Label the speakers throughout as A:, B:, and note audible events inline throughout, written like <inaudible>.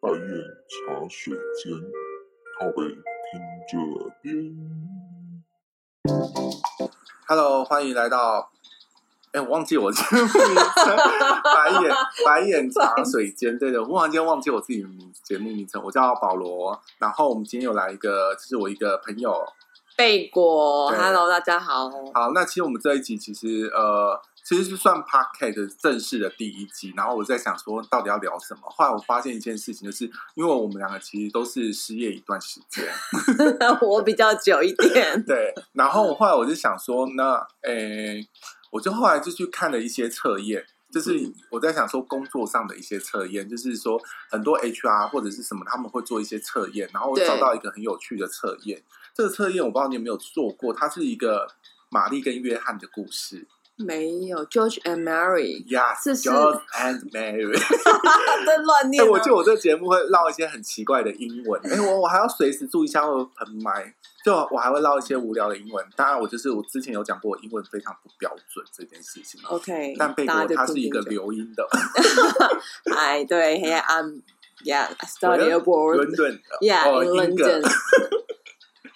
A: 半夜茶水间，靠北听着边。
B: Hello，欢迎来到。哎，我忘记我节目名称， <laughs> 白眼白眼茶水间。对的，我忽然间忘记我自己的名节目名称，我叫保罗。然后我们今天有来一个，就是我一个朋友。
C: 贝果
B: 对
C: ，Hello，大家好。 <laughs>
B: 好，那其实我们这一集其实呃，其实是算 Podcast 的正式的第一集。然后我在想说，到底要聊什么？后来我发现一件事情，就是因为我们两个其实都是失业一段时间，
C: 我比较久一
B: <laughs>
C: 点，
B: 对，然后后来我就想说，那诶，我就后来就去看了一些测验，就是我在想说工作上的一些测验，就是说很多 HR 或者是什么他们会做一些测验，然后我
C: 对
B: 找到一个很有趣的测验。这个测验我不知道你有没有做过，它是一个玛丽跟约翰的故事。
C: 没有 George and Mary
B: Yes,
C: 是是
B: George and Mary。
C: <laughs> 在乱
B: 哎、
C: 念、哦
B: 我觉得我这节目会唠一些很奇怪的英文，哎、我我还要随时注意一下会不会喷麦，就我还会唠一些无聊的英文。当然，我就是我之前有讲过，我英文非常不标准这件事情。啊
C: OK，
B: 但贝
C: 嗯大
B: 果
C: 家就
B: 他是一个
C: 听听
B: 留英
C: <laughs>
B: 的，
C: 就哎，对，Hey I'm Yeah I study
B: 伦
C: abroad
B: 伦敦的
C: Yeah
B: 哦
C: in
B: 英哥
C: London。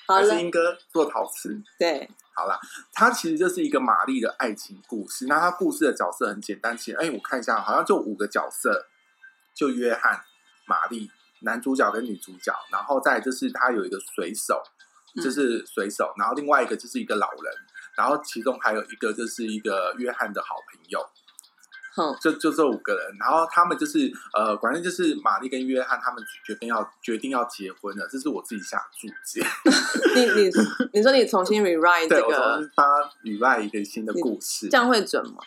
C: 好 <laughs>
B: 还
C: 了
B: 是，英哥做陶瓷。
C: 对，
B: 好啦，它其实就是一个玛丽的爱情故事。那它故事的角色很简单，其实哎、我看一下，好像就五个角色，就约翰、玛丽、男主角跟女主角，然后再来就是他有一个水手，
C: 嗯
B: 就是水手，然后另外一个就是一个老人，然后其中还有一个就是一个约翰的好朋友，
C: 哼，
B: 就就这五个人，然后他们就是呃，反正就是玛丽跟约翰他们决定要决定要结婚了，这是我自己下注解。
C: 你你你说你重新 rewrite
B: 对，
C: 哎这
B: 我重
C: 个，
B: 新帮他捋外一个新的故事
C: 这。样会准吗？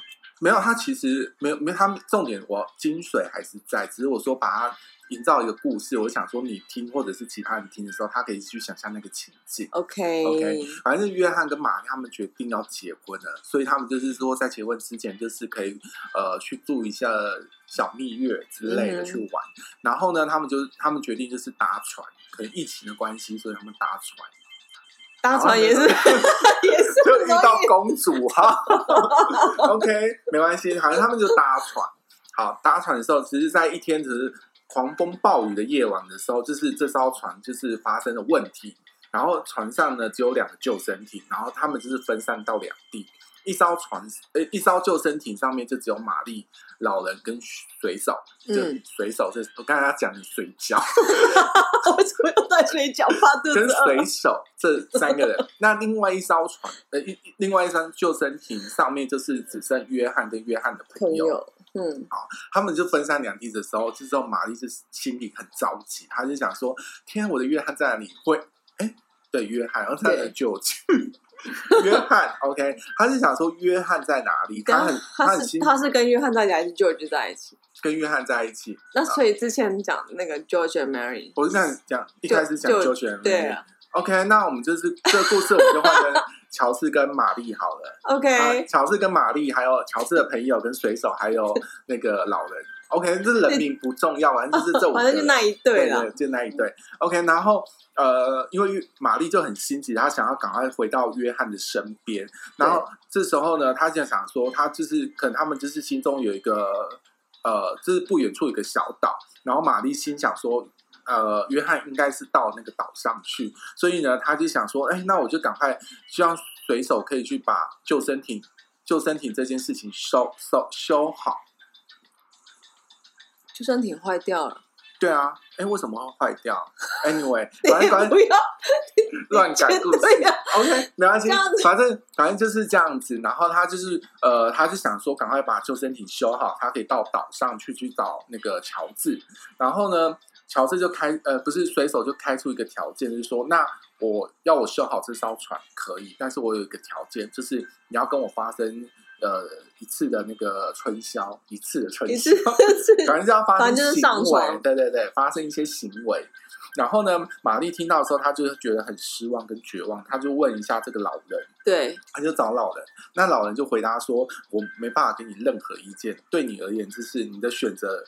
B: 没有，他其实没有，没有，他重点我精髓还是在，只是我说把它营造一个故事，我想说你听或者是其他人听的时候，他可以去想象那个情境。
C: OK
B: OK 反正约翰跟玛丽他们决定要结婚了，所以他们就是说在结婚之前，就是可以呃去住一下小蜜月之类的
C: 嗯哼
B: 去玩。然后呢，他们就他们决定就是搭船，可能疫情的关系，所以他们搭船，
C: 搭船也是 <laughs> 也
B: 然
C: 是
B: <laughs> 就遇到
C: 所以
B: 公主哈。OK，没关系，反正他们就搭船。好，搭船的时候，其实在一天只是狂风暴雨的夜晚的时候，就是这艘船就是发生了问题，然后船上呢只有两个救生艇，然后他们就是分散到两地。一艘船，呃，一艘救生艇上面就只有玛丽、老人跟水手，就
C: 嗯
B: 水手这我刚才要讲的水饺，
C: <laughs> 我怎么又在睡觉？怕 <laughs> 肚
B: 跟
C: 子饿。
B: 水手这三个
C: <laughs>
B: 人。那另外一艘船，呃，一一另外一艘救生艇上面就是只剩约翰跟约翰的朋
C: 朋
B: 友，
C: 友，嗯，
B: 他们就分散两地的时候，这时候玛丽就是心里很着急，她就想说：“天啊，我的约翰在哪里？会，哎，对，约翰，然后他
C: 对
B: 的救去。” <laughs> 约翰，OK，他就想说约翰在哪里？他很
C: 等下啊他
B: 很
C: 是
B: 心
C: 他是跟约翰在一起还是 George 在一起？
B: 跟约翰在一起。
C: 那所以之前讲的那个 George and Mary，
B: 我是这样讲，一
C: 就
B: 开始讲
C: 就
B: 救选
C: 对啊
B: OK，那我们就是这个故事，我们就换成乔治跟玛丽好了。啊
C: ，OK，
B: 乔治跟玛丽，还有乔治的朋友跟水手，还有那个老人。OK，这人名不重要，反正就是这五个
C: 反
B: 人。
C: 正就那一
B: 对
C: 对啦
B: 对，，就那一对。OK，然后呃，因为玛丽就很心急，她想要赶快回到约翰的身边。然后这时候呢，她就想说，她就是可能他们就是心中有一个呃，就是不远处有一个小岛，然后玛丽心想说。呃，约翰应该是到那个岛上去，所以呢，她就想说，哎，那我就赶快希望水手可以去把救生艇、救生艇这件事情修修修好。
C: 就身体坏掉了。
B: 对啊，哎，为什么会坏掉？Anyway，
C: 你
B: 反正反正
C: 不要
B: 乱改故事。
C: <laughs> 对呀
B: OK，没关系
C: 这样，子
B: 反正反正就是这样子。然后他就是呃，他就想说赶快把救生艇修好，他可以到岛上去去找那个乔治。然后呢，乔治就开呃，不是水手就开出一个条件，就是说那我要我修好这艘船可以，但是我有一个条件，就是你要跟我发生呃一次的那个春宵，一次的春
C: 一
B: 宵
C: 次，就是
B: 反正是要发生
C: 反正就
B: 行
C: 是上
B: 为，
C: 床
B: 对对对，发生一些行为。然后呢，玛丽听到的时候，她就是觉得很失望跟绝望，她就问一下这个老人，
C: 对
B: 她就找老人，那老人就回答说：“我没办法给你任何意见，对你而言，就是你的选择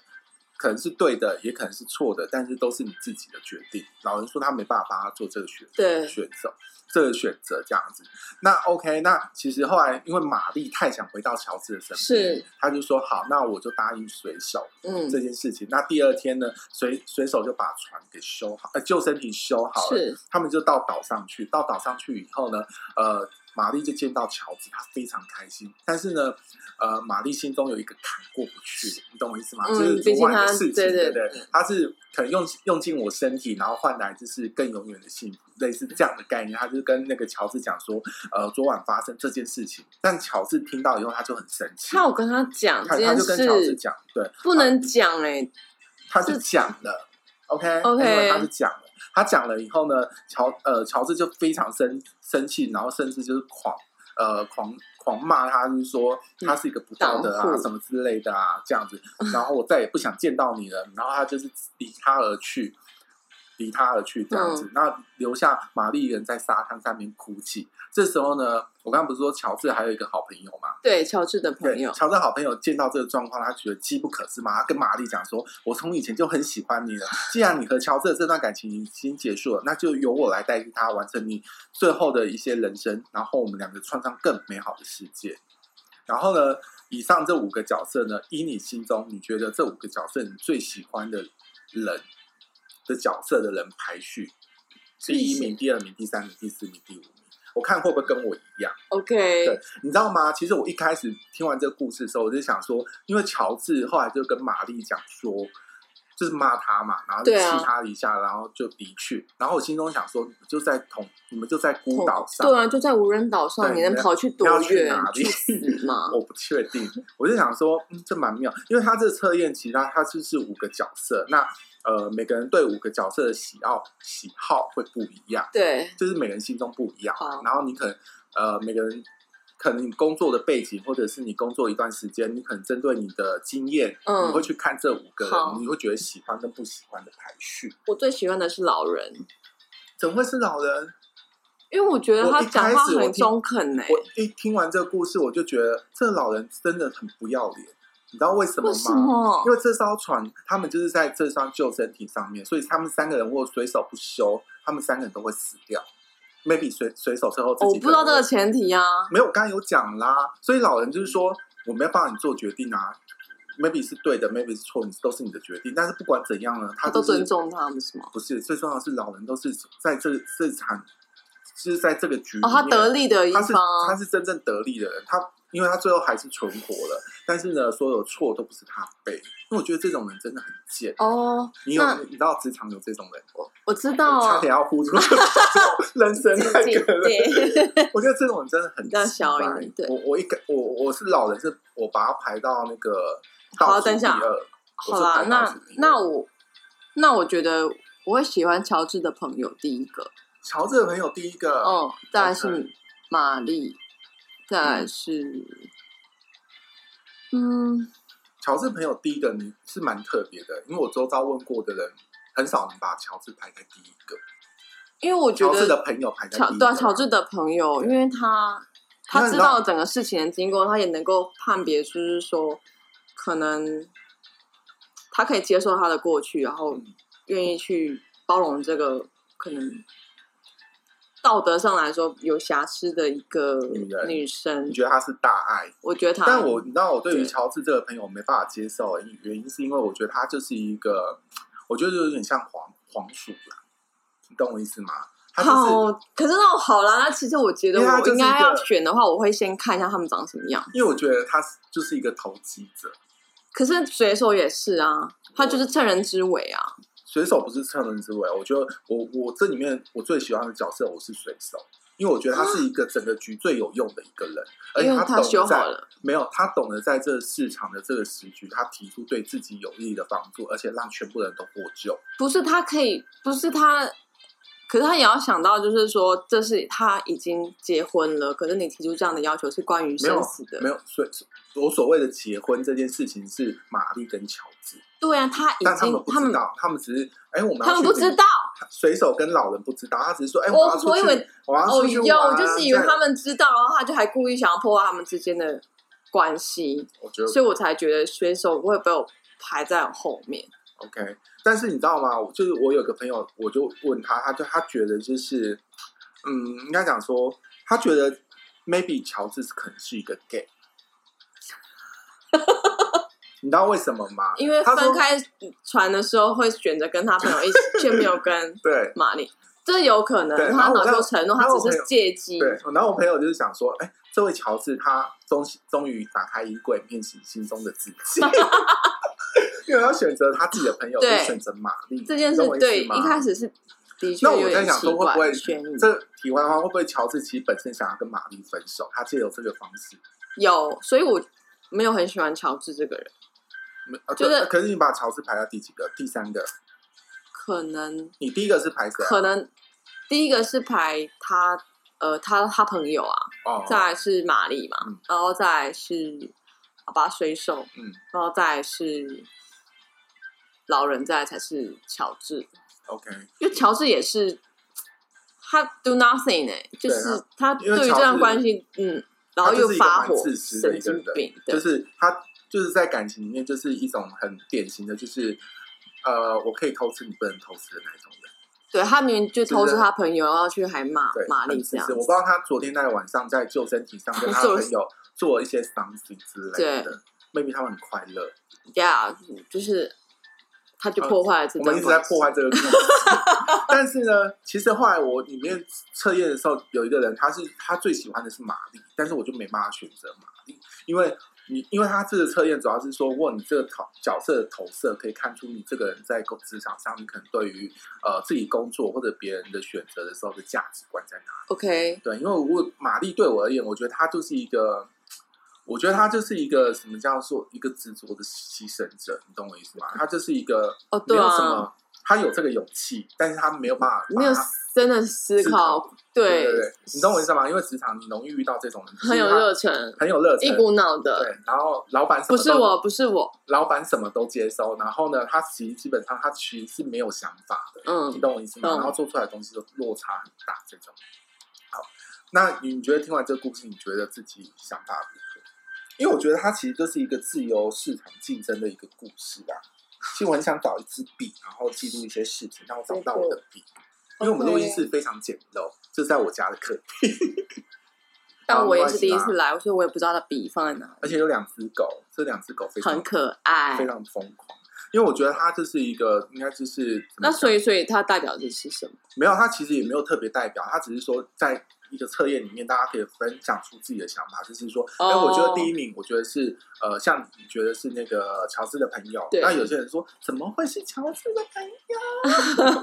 B: 可能是对的，也可能是错的，但是都是你自己的决定。老人说他没办法帮他做这个选
C: 对
B: 选择，这个选择这样子。那 OK，那其实后来因为玛丽太想回到乔治的身边，
C: 是
B: 他就说好，那我就答应水手
C: 嗯，
B: 这件事情。那第二天呢，水水手就把船给修好，呃，救生艇修好了，
C: 是
B: 他们就到岛上去。到岛上去以后呢，呃，玛丽就见到乔治，她非常开心。但是呢，呃，玛丽心中有一个坎过不去，你懂我意思吗？
C: 嗯
B: 就是昨晚的事情，
C: 毕竟她对
B: 对
C: 对
B: 不对，她是可能用用尽我身体，然后换来就是更永远的幸福，类似这样的概念。她就跟那个乔治讲说，呃，昨晚发生这件事情，但乔治听到以后他就很生气
C: 他，有跟他讲
B: 他
C: 这
B: 他
C: 件
B: 就跟乔治
C: 事，
B: 讲，对，
C: 不能讲哎，
B: 他是讲了，OK
C: OK
B: 因为他是讲了，他讲了以后呢，乔呃乔治就非常生生气，然后甚至就是狂呃狂狂骂他，就是说他是一个不道德
C: 荡
B: 啊
C: 妇
B: 什么之类的啊这样子，然后我再也不想见到你了，然后他就是离他而去。离他而去，这样子，那留下玛丽一个人在沙滩上面哭泣。这时候呢，我刚刚不是说乔治还有一个好朋友吗？
C: 对乔治的
B: 对
C: 朋，友，
B: 乔治好朋友见到这个状况，他觉得机不可失嘛，他跟玛丽讲说：“我从以前就很喜欢
C: <laughs>
B: 你了，既然你和乔治的这段感情已经结束了，那就由我来代替他完成你最后的一些人生，然后我们两个创造更美好的世界。”然后呢，以上这五个角色呢，依你心中你觉得这五个角色你最喜欢的人的角色的人排序，第一名、第二名、第三名、第四名、第五名，我看会不会跟我一样。对
C: OK，，
B: 你知道吗？其实我一开始听完这个故事的时候，我就想说，因为乔治后来就跟玛丽讲说，就是骂他嘛，然后就
C: 对
B: 气
C: 啊
B: 他一下，然后就离去。然后我心中想说，你们就在同，你们就在孤岛上，
C: 对啊，就在无人岛上，
B: 对
C: 你能跑去
B: 你要
C: 多
B: 去
C: 远
B: 哪？里！
C: 去死
B: <laughs>
C: 嘛
B: 我不确定，我就想说，嗯，这蛮妙，因为他这个测验其实他他就是五个角色，那呃，每个人对五个角色的喜好喜好会不一样。
C: 对，
B: 就是每个人心中不一样嘛
C: 好，
B: 然后你可能呃每个人可能你工作的背景，或者是你工作一段时间，你可能针对你的经验，
C: 嗯
B: 你会去看这五个
C: 好
B: 人，你会觉得喜欢跟不喜欢的排序。
C: 我最喜欢的是老人，
B: 怎么会是老人？
C: 因为我觉得
B: 我
C: 他
B: 一
C: 讲
B: 开
C: 话
B: 始我
C: 很
B: 听
C: 中肯哎，
B: 我一听完这个故事，我就觉得这老人真的很不要脸，你知道为什么
C: 为
B: 吗？
C: 什么哦
B: 因？为这艘船，他们就是在这艘救生艇上面，所以他们三个人如果水手不修，他们三个人都会死掉。maybe 水水手最后自
C: 哦
B: 己
C: 我不知道
B: 可能
C: 这
B: 会
C: 个前提啊，
B: 没有，我刚刚有讲啦，所以老人就是说，我没有帮你做决定啊，maybe 是对的，maybe 是错，你都是你的决定。但是不管怎样呢，他、
C: 他
B: 就
C: 都
B: 是、
C: 尊重他们是吗？
B: 不是最重要的是老人都是在这这场，就是在这个局里
C: 哦，
B: 面，
C: 他得利的一
B: 嗯他是
C: 方
B: 他
C: 啊，
B: 是真正得利的人，他因为他最后还是存活了，但是呢，所有错都不是他背，因为我觉得这种人真的很贱。
C: 哦，
B: 你有
C: 那
B: 你知道职场有这种人，
C: 我知道
B: 差
C: 啊，
B: 点要
C: <laughs>
B: 呼出这种人生那 <laughs>
C: 自己
B: 个人。
C: 对，
B: <laughs> 我觉得这种人真的很
C: 比较小
B: 奇
C: 一
B: 怪
C: 点对
B: 我我一个我我是老人，是我把它排到那个
C: 好
B: 倒数
C: 等一
B: 第
C: 下
B: 二。
C: 好啦，
B: 我是
C: 那
B: 排到第一
C: 那我那我觉得我会喜欢乔治的朋友第一个，
B: 乔治的朋友第一个，
C: 哦，再来
B: OK
C: 是玛丽，
B: 嗯
C: 再来是嗯，
B: 乔治朋友第一个你是蛮特别的，因为我周遭问过的人很少能把乔治排在第一个。
C: 因为我觉
B: 乔治
C: 得
B: 的朋友排在
C: 乔
B: 第一个，
C: 对啊，乔治的朋友，因为他
B: 那你
C: 他知
B: 知道
C: 道整个事情的经过，他也能够判别，就是说可能他可以接受他的过去，然后愿意去包容这个可能道德上来说有瑕疵的一个
B: 女人
C: 女生
B: 你。觉得他是大爱？
C: 我觉得他，
B: 但我你知道，我对于
C: 对
B: 乔治这个朋友没办法接受，原因是因为我觉得他就是一个，我觉得就有点像黄黄鼠狼，你懂我意思吗？他就是
C: 好，可是那我好啦，那其实我觉得
B: 因为他就是
C: 我应该要
B: 一个
C: 选的话，我会先看一下他们长什么样。
B: 因为我觉得他是就是一个投机者，
C: 可是水手也是啊，他就是趁人之危啊。
B: 水手不是趁人之危。啊我觉得我我这里面我最喜欢的角色我是水手，因为我觉得他是一个整个局最有用的一个人，而
C: 因
B: 且
C: 为
B: 懂
C: 修
B: 得
C: 好
B: 在
C: 了，
B: 没有他懂得在这市场的这个时局，他提出对自己有利的帮助，而且让全部人都获救。
C: 不是他可以，不是他，可是他也要想到，就是说，这是他已经结婚了，可是你提出这样的要求是关于
B: 没有
C: 生死
B: 没
C: 的。
B: 有，所以我所谓的结婚这件事情是玛丽跟乔治，
C: 对啊，他已
B: 但他
C: 经
B: 们不
C: 他
B: 知
C: 们
B: 道，他们只是哎，我们
C: 他
B: 要
C: 们
B: 去
C: 不知
B: 旅
C: 道，
B: 水手跟老人不知道，他只是说哎，
C: 我
B: 要出
C: 我
B: 去，
C: 以为
B: 我要
C: 哦
B: 出去啊
C: 哟，
B: 玩
C: 我就是以为
B: 这样
C: 他们知道，然后他就还故意想要破坏他们之间的关系。
B: 我觉得
C: 所以我才觉得水手会被我排在后面。
B: OK，但是你知道吗？我就是我有个朋友，我就问他，他就他觉得就是，嗯，应该讲说，他觉得 maybe 乔治可能是一个
C: <laughs>
B: gay。你知道为什么吗？
C: 因为
B: 他说
C: 分开船的时候会选择跟他朋友一起，却没有跟 <laughs>
B: 对
C: 玛丽，这有可能
B: 对然
C: 他
B: 后我
C: 早就
B: 那
C: 承诺，
B: 然
C: 他
B: 后我
C: 只
B: 朋友
C: 是借机。
B: 对，然后我朋友就是想说，哎、这位乔治他终终于打开衣柜，面醒心中的自
C: <laughs>
B: 己，因为他选择他自己的朋友，就
C: 对
B: 选择玛丽。
C: 这件
B: 你
C: 事
B: 懂我意思
C: 对
B: 吗
C: 一开始是的确
B: 那我
C: 有
B: 在
C: 点
B: 想
C: 奇
B: 说，会不
C: 怪，
B: 会
C: 悬疑
B: 这题外话，会不会乔治其实本身想要跟玛丽分手，他借由这个方式，
C: 有，所以我没有很喜欢乔治这个人，
B: 没啊
C: 就是
B: 可可是你把乔治排到第几个？第三个，
C: 可能
B: 你第一个是排谁啊？
C: 可能第一个是排他呃他他朋友啊，
B: 哦，
C: 再来是玛丽嘛，
B: 嗯
C: 然后再来是好吧水手，
B: 嗯
C: 然后再来是老人，再来才是乔治，
B: ，OK，
C: 因为乔治也是他 do nothing 哎、就
B: 对啊
C: 是他
B: 因为
C: 对于
B: 乔
C: 这段
B: 治
C: 关系，嗯，
B: 他
C: 然后
B: 就
C: 又
B: 是一个
C: 发
B: 蛮
C: 火，
B: 自私的
C: 神
B: 一个
C: 经
B: 人
C: 病，对
B: 就是他就是在感情里面就是一种很典型的，就是呃，我可以偷吃，你不能偷吃的那种人。
C: 对他明明就偷
B: 是
C: 吃
B: 的
C: 他朋友，然后去还骂
B: 对，
C: 玛
B: 很
C: 丽
B: 自
C: 这样
B: 私。我不知道他昨天在晚上在救生艇上
C: <laughs>
B: 跟他
C: 做
B: 朋友做一些 something 之类的，maybe 他们很快乐。
C: ，Yeah，就是嗯他就破坏了这
B: 我
C: 段
B: 们一直在
C: 关系
B: 破坏这个
C: <laughs>
B: 故事。但是呢，其实后来我里面测验的时候，有一个人他是他最喜欢的是玛丽，但是我就没办法选择玛丽，因为你因为他这个测验主要是说，问你这个角角色的投射，可以看出你这个人在工职场上，你可能对于呃自己工作或者别人的选择的时候的价值观在哪里。
C: OK，
B: 对，因为我玛丽对我而言，我觉得她就是一个，我觉得她就是一个什么叫做一个执着的牺牲者，你懂我意思吗？她就是一个
C: 哦
B: 没
C: 对
B: 有
C: 啊
B: 什么，她有这个勇气，但是她没有办法把它，
C: 没有真的思
B: 思
C: 考，
B: 对对对，你懂我意思吗？因为职场你容易遇到这种人，就是
C: 很有
B: 他
C: 热忱，
B: 很有热
C: 一
B: 忱，
C: 股脑的，
B: 对，然后老板什
C: 不
B: 么
C: 是
B: 都
C: 我，不是我，
B: 老板什么都接收，然后呢，他其实基本上他其实是没有想法的，你
C: 嗯，
B: 懂我意思吗？
C: 懂
B: 然后做出来的东西就落差很大，这种。好，那你觉得听完这个故事，你觉得自己想法如何？因为我觉得它其实就是一个自由市场竞争的一个故事啊。其实我很想找一支笔，然后记录一些事情，但我找不到我的笔，因为我们录音室非常简陋，就在我家的客厅，
C: 但
B: 好
C: 我
B: 没
C: 也
B: 关
C: 是
B: 系
C: 第一
B: 啦
C: 次来，所以我也不知道他笔放在哪，
B: 而且有两只狗，这两只狗非常
C: 很可爱
B: 非。常疯狂。因为我觉得它就是一个，应该就是怎么
C: 那
B: 讲
C: 所以，所以它代表的是什么？
B: 没有，他其实也没有特别代表，他只是说在一个测验里面，大家可以分享出自己的想法，就是说，哎、
C: 哦
B: 我觉得第一名，我觉得是呃，像你觉得是那个乔治的朋友，
C: 对
B: 那有些人说怎么会是乔治的朋
C: <laughs>
B: 友？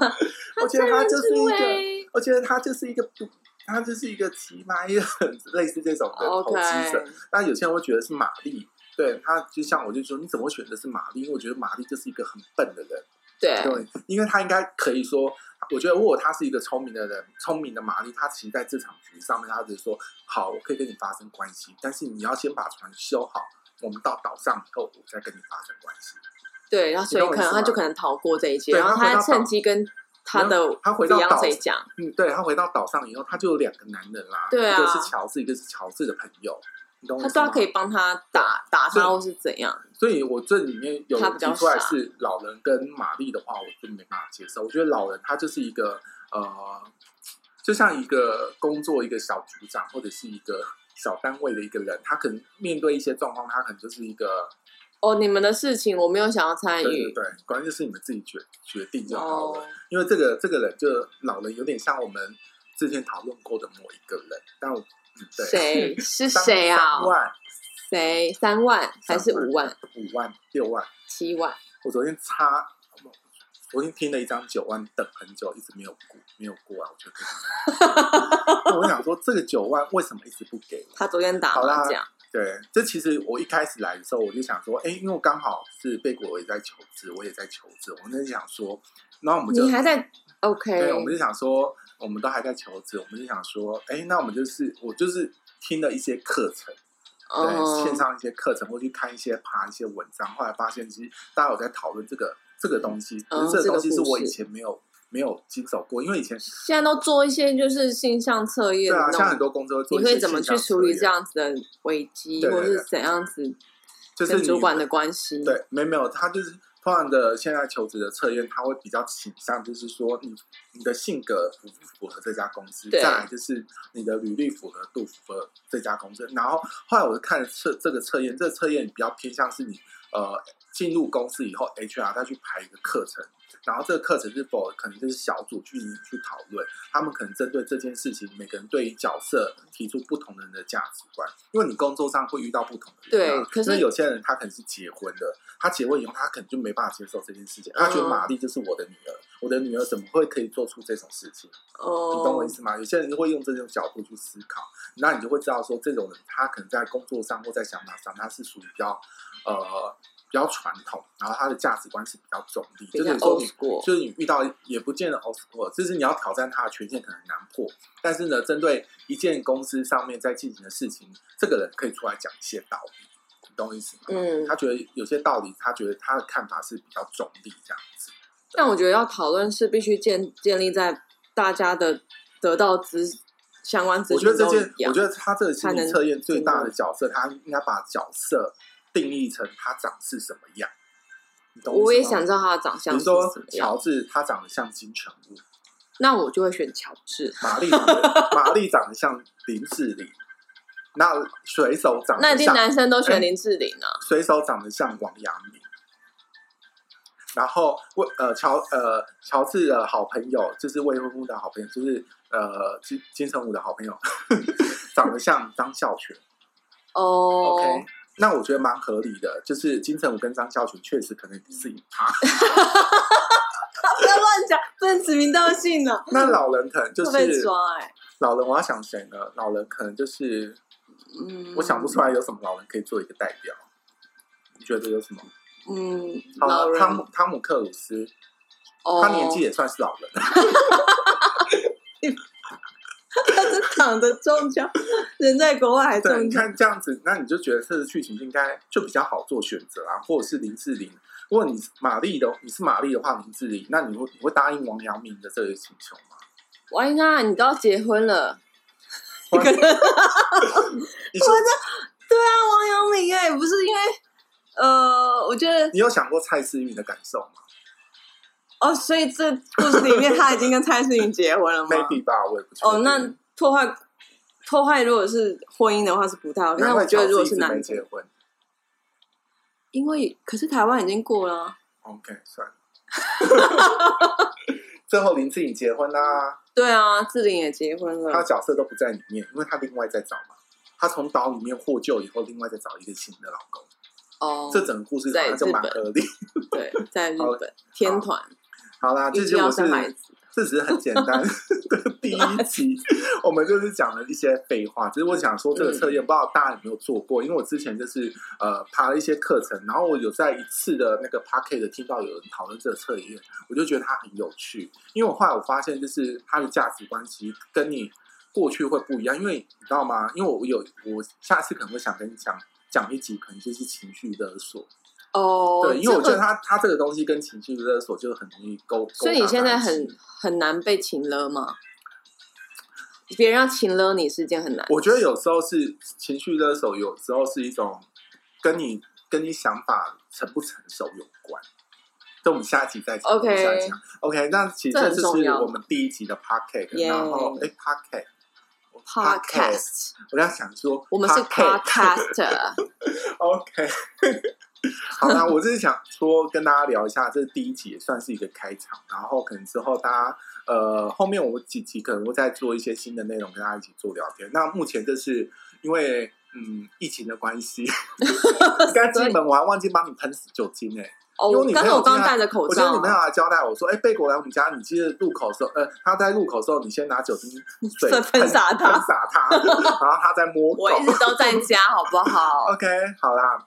B: 我觉得他就是一个，我觉得他就是一个不，他就是一个奇葩的，类似这种的投
C: 哦 OK，
B: 机者。那有些人会觉得是玛丽，对他就像我就说，你怎么会选择是玛丽？因为我觉得玛丽就是一个很笨的人。
C: 对，
B: 对，因为他应该可以说，我觉得如果他是一个聪明的人，聪明的玛丽，他其实在这场局上面，他只是说，好，我可以跟你发生关系，但是你要先把船修好，我们到岛上以后，我再跟你发生关系。
C: 对，然后所以
B: 你懂我意
C: 可能
B: 思
C: 他
B: 吗
C: 就可能逃过这一劫，
B: 对
C: 然后
B: 他回
C: 他
B: 到
C: 趁
B: 岛
C: 机跟他
B: 没
C: 的
B: 他回到岛
C: Beyonce 讲，
B: 嗯，对他回到岛上以后，他就有两个男人啦，
C: 对啊
B: 一个是乔治，一个是乔治的朋友，你懂我
C: 他
B: 意
C: 说
B: 思
C: 他
B: 吗？
C: 可以帮他打打
B: 所以
C: 他或是怎样，
B: 所以我这里面有
C: 他比较
B: 提出来
C: 傻
B: 是老人跟玛丽的话，我就没办法接受。我觉得老人他就是一个呃，就像一个工作一个小组长或者是一个小单位的一个人，他可能面对一些状况，他可能就是一个
C: 哦，你们的事情我没有想要参
B: 对对
C: 与
B: 对，关键就是你们自己决决定就好了。
C: 哦，
B: 因为这个这个人就老人有点像我们之前讨论过的某一个人，但我嗯对 <laughs>
C: 谁是
B: 三
C: 谁啊
B: 三？万、
C: 谁三万还是
B: 三万
C: 五万、
B: 五万、六万。
C: 七万？
B: 我昨天差，昨天听了一张九万，等很久，一直没有过，没有过啊！我觉得可
C: <laughs>
B: 以。我想说，这个九万为什么一直不给我？
C: 他昨天打
B: 好啦
C: 麻将，
B: 对，这其实我一开始来的时候，我就想说，哎，因为我刚好是贝果也在求职，我也在求职，我那想说，然后我们就
C: 你还在 OK？
B: 对，我们就想说，我们都还在求职，我们就想说，哎，那我们就是我就是听了一些课程，对，线
C: 嗯，
B: 上一些课程，或去看一些爬一些文章，后来发现其实大家有在讨论这个这个东西，可
C: 嗯
B: 是这个东西
C: 这
B: 是
C: 个故事
B: 我以前没有没有经手过，因为以前
C: 现在都做一些就是性向测验
B: 对啊，像
C: 那
B: 很
C: 种。
B: 多工作会做
C: 你
B: 一些
C: 会怎么
B: 线上
C: 去处
B: 测
C: 理
B: 验
C: 这？样子的危机，
B: 对对
C: 或
B: 对
C: 是怎样子
B: 就是
C: 跟
B: 你
C: 主管的关系？
B: 对，没有没有，他就是通常的现在求职的测验，他会比较倾向就是说你你的性格符不符合这家公司，
C: 对
B: 再来就是你的履历符合度符合这家公司。然后后来我看了测这个测验，这个测验比较偏向是你呃进入公司以后，HR 他去排一个课程。然后这个课程是否可能就是小组去去讨论，他们可能针对这件事情，每个人对于角色提出不同人的价值观，因为你工作上会遇到不同的人啊、
C: 对可是
B: 因为有些人他可能是结婚的，他结婚以后他可能就没办法接受这件事情，他觉得
C: 嗯
B: 玛丽就是我的女儿，我的女儿怎么会可以做出这种事情？你懂我
C: 哦
B: 意，思吗？有些人就会用这种角度去思考，那你就会知道说，这种人他可能在工作上或在想法上，他是属于比较呃比较传统，然后他的价值观是比较中立，
C: 比
B: 就
C: 较
B: 是说
C: old
B: 你
C: school，
B: 就是你遇到也不见得 o s c o 就是你要挑战他的权限可能很难破，但是呢，针对一件公司上面在进行的事情，这个人可以出来讲一些道理，你懂我意思吗？
C: 嗯
B: 他，觉得有些道理，他觉得他的看法是比较中立这样子。
C: 但我觉得要讨论是必须建建立在大家的得到资相关资
B: 我
C: 讯
B: 觉得这
C: 都
B: 件
C: 一，样
B: 我觉。得他这个心
C: 才
B: 理
C: 能嗯
B: 测验最
C: 进
B: 大
C: 入
B: 的角色，他应该把角色定义成他长是什么样。你懂
C: 我
B: 意
C: 也
B: 思吗
C: 想知道他的长
B: 比
C: 相
B: 如
C: 是什么
B: 说乔
C: 样，
B: 治，他长得像金城武；
C: 那我就会选乔治。
B: 玛丽长得，玛丽长得像林志玲。那水手长哎
C: 那
B: 得
C: 一定
B: 像
C: 男生都选林志玲啊，
B: 水手长得像王阳明，然后魏呃乔呃乔治的好朋友就是未婚夫的好朋友，就是呃金金城武的好朋友， <laughs> 长得像张孝全。
C: 哦
B: OK，那我觉得蛮合理的，就是金城武跟张孝全确实可能是一趴。
C: <laughs>
B: <laughs>
C: 不要乱讲，不能指名道姓呢，
B: 那老人可能就
C: 会被
B: 是
C: 抓哎。
B: 老人，我要想谁呢？老人可能就是
C: 嗯，
B: 我想不出来有什么老人可以做一个代表。你觉得有什么？
C: 嗯，
B: 好
C: 老
B: 了，
C: 人
B: 汤姆汤姆克鲁斯，
C: 哦，
B: 他年纪也算是老人。
C: <laughs> 他是躺着中枪，人在国外还
B: 对，
C: 中
B: 你
C: 枪，
B: 看这样子，那你就觉得这个剧情应该就比较好做选择啊，或者是林志玲。如果你是玛丽的，你是玛丽的话，林志玲，那你会你会答应王阳明的这个请求吗？
C: 王一娜，你都要结婚了，
B: 我
C: 可能
B: 你
C: <laughs>
B: 说
C: 对啊，王阳明哎、不是因为呃，我觉得
B: 你有想过蔡思韵的感受吗
C: 哦，所以这故事里面他已经跟蔡思芸
B: <laughs>
C: 结婚了吗？
B: ？maybe 吧，我也不确定
C: 哦，那破坏破坏如果是婚姻的话是不太好，
B: 难
C: 但
B: 怪
C: 我觉得
B: 乔
C: 如果
B: 治一
C: 是
B: 直
C: 男
B: 没
C: 的，
B: 结婚
C: 因为可是台湾已经过了啊、
B: ，OK 算
C: <laughs>
B: 了。最后林志颖结婚啦、
C: 对啊，志玲也结婚
B: 他的
C: 了，
B: 角色都不在里面，因为他另外在找嘛。他从岛里面获救以后，另外再找一个新的老公，
C: 哦，
B: 这整个故事好像就蛮合理。
C: 对，在日
B: 好
C: 本天团
B: 好啦，这
C: 预
B: 些
C: 计要
B: 我是
C: 生孩子，
B: 这只是很简 <laughs> 单的第一集，我们就是讲了一些废话。只是我想说，这
C: 嗯
B: 个测验不知道大家有没有做过，因为我之前就是呃爬了一些课程，然后我有在一次的那个 p a c k e t 听到有人讨论这个测验，我就觉得它很有趣。因为我后来我发现，就是它的价值观其实跟你过去会不一样，因为你知道吗？因为我有我下次可能会想跟你讲讲一集，可能就是情绪勒索。
C: 哦，
B: 对，因为我觉
C: 这
B: 得
C: 个
B: 它它这个东西跟情绪勒索就很容易勾。勾
C: 所以你
B: 搭
C: 现
B: 在
C: 在
B: 一起
C: 很很难被请了吗？别人要请了你是件很难。
B: 我觉得有时候是情绪勒索，有时候是一种跟你跟你想法成不成熟有关。等我们下一集再讲
C: OK
B: 我们下一集讲 OK，那其实
C: 这
B: 这
C: 很
B: 就
C: 重
B: 是
C: 要
B: 我们第一集的 Pocket，、
C: Yeah
B: 然后哎 Pocket。Podcast，
C: Podcast，
B: 我在想说，
C: 我们是
B: Pocket <laughs>
C: Podcaster，
B: OK，好啦，我就是想说跟大家聊一下，这第一集也算是一个开场，然后可能之后大家呃后面我几集可能会再做一些新的内容跟大家一起做聊天。那目前就是因为嗯疫情的关系， <laughs> 刚进门我还忘记帮你喷死酒精哎、
C: 哦，
B: 因为你
C: 我
B: 朋
C: 刚才
B: 友
C: 我刚
B: 进来
C: 戴着口
B: 我觉得
C: 罩
B: 你没有
C: 啊，
B: 来交代我说，哎、贝果来我们家，你记得入口的时候，呃，他在入口的时候，你先拿酒精水
C: <laughs> 喷洒他
B: 喷洒他，然后他在摸狗
C: <laughs> 我。一直都在家，好不 <laughs> 好？
B: OK，好啦，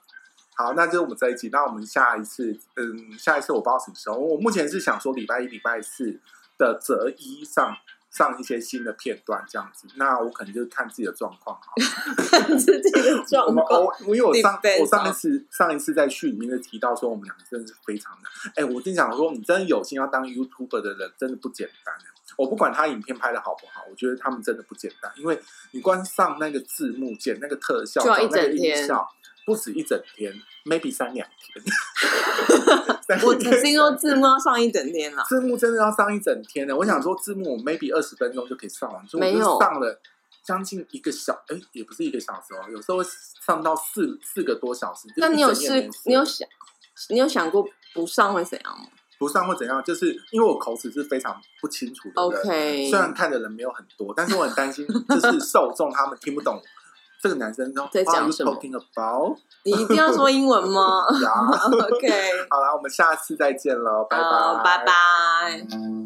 B: 好，那就是我们这一集。那我们下一次，嗯，下一次我不知道什么时候。我目前是想说礼拜一、礼拜四的择一上上一些新的片段这样子。那我可能就看自己的状况好了。
C: 自己的
B: 我
C: 状
B: 们
C: 况，
B: 偶因为我上
C: Depends 哦
B: 我上一次上一次在序里面就提到说，我们两个真的是非常难。哎、我真想说，你真的有心要当 YouTuber 的人，真的不简单。我不管他影片拍的好不好，我觉得他们真的不简单，因为你光上那个字幕、剪那个特效、
C: 就要
B: 找
C: 一
B: 那个
C: 整
B: 音
C: 天
B: 效，不止一整天，maybe 三两
C: <laughs>
B: 天。三
C: 我只听说
B: 天
C: 字幕要上一啊整天啦，
B: 字幕真的要上一整天的，我想说字幕我 maybe 二十分钟就可以上完，所以
C: 没
B: 我
C: 有
B: 就上了将近一个小，哎、也不是一个小时哦，有时候会上到四四个多小时。
C: 那你
B: <laughs>
C: 有
B: 就是一整夜
C: 试
B: 没事？
C: 你有想？你有想过不上会怎样吗
B: 不上会怎样？就是因为我口齿是非常不清楚的人
C: ？OK，
B: 虽然看的人没有很多，但是我很担心，就是受众他们听不懂这个男生
C: 在讲
B: "What are you
C: 什么
B: talking about
C: 你一定要说英文吗
B: <laughs>
C: <laughs>
B: 呀。
C: ？OK，
B: 好啦，我们下次再见喽，拜
C: 好，
B: 拜，
C: 拜拜。
B: 拜。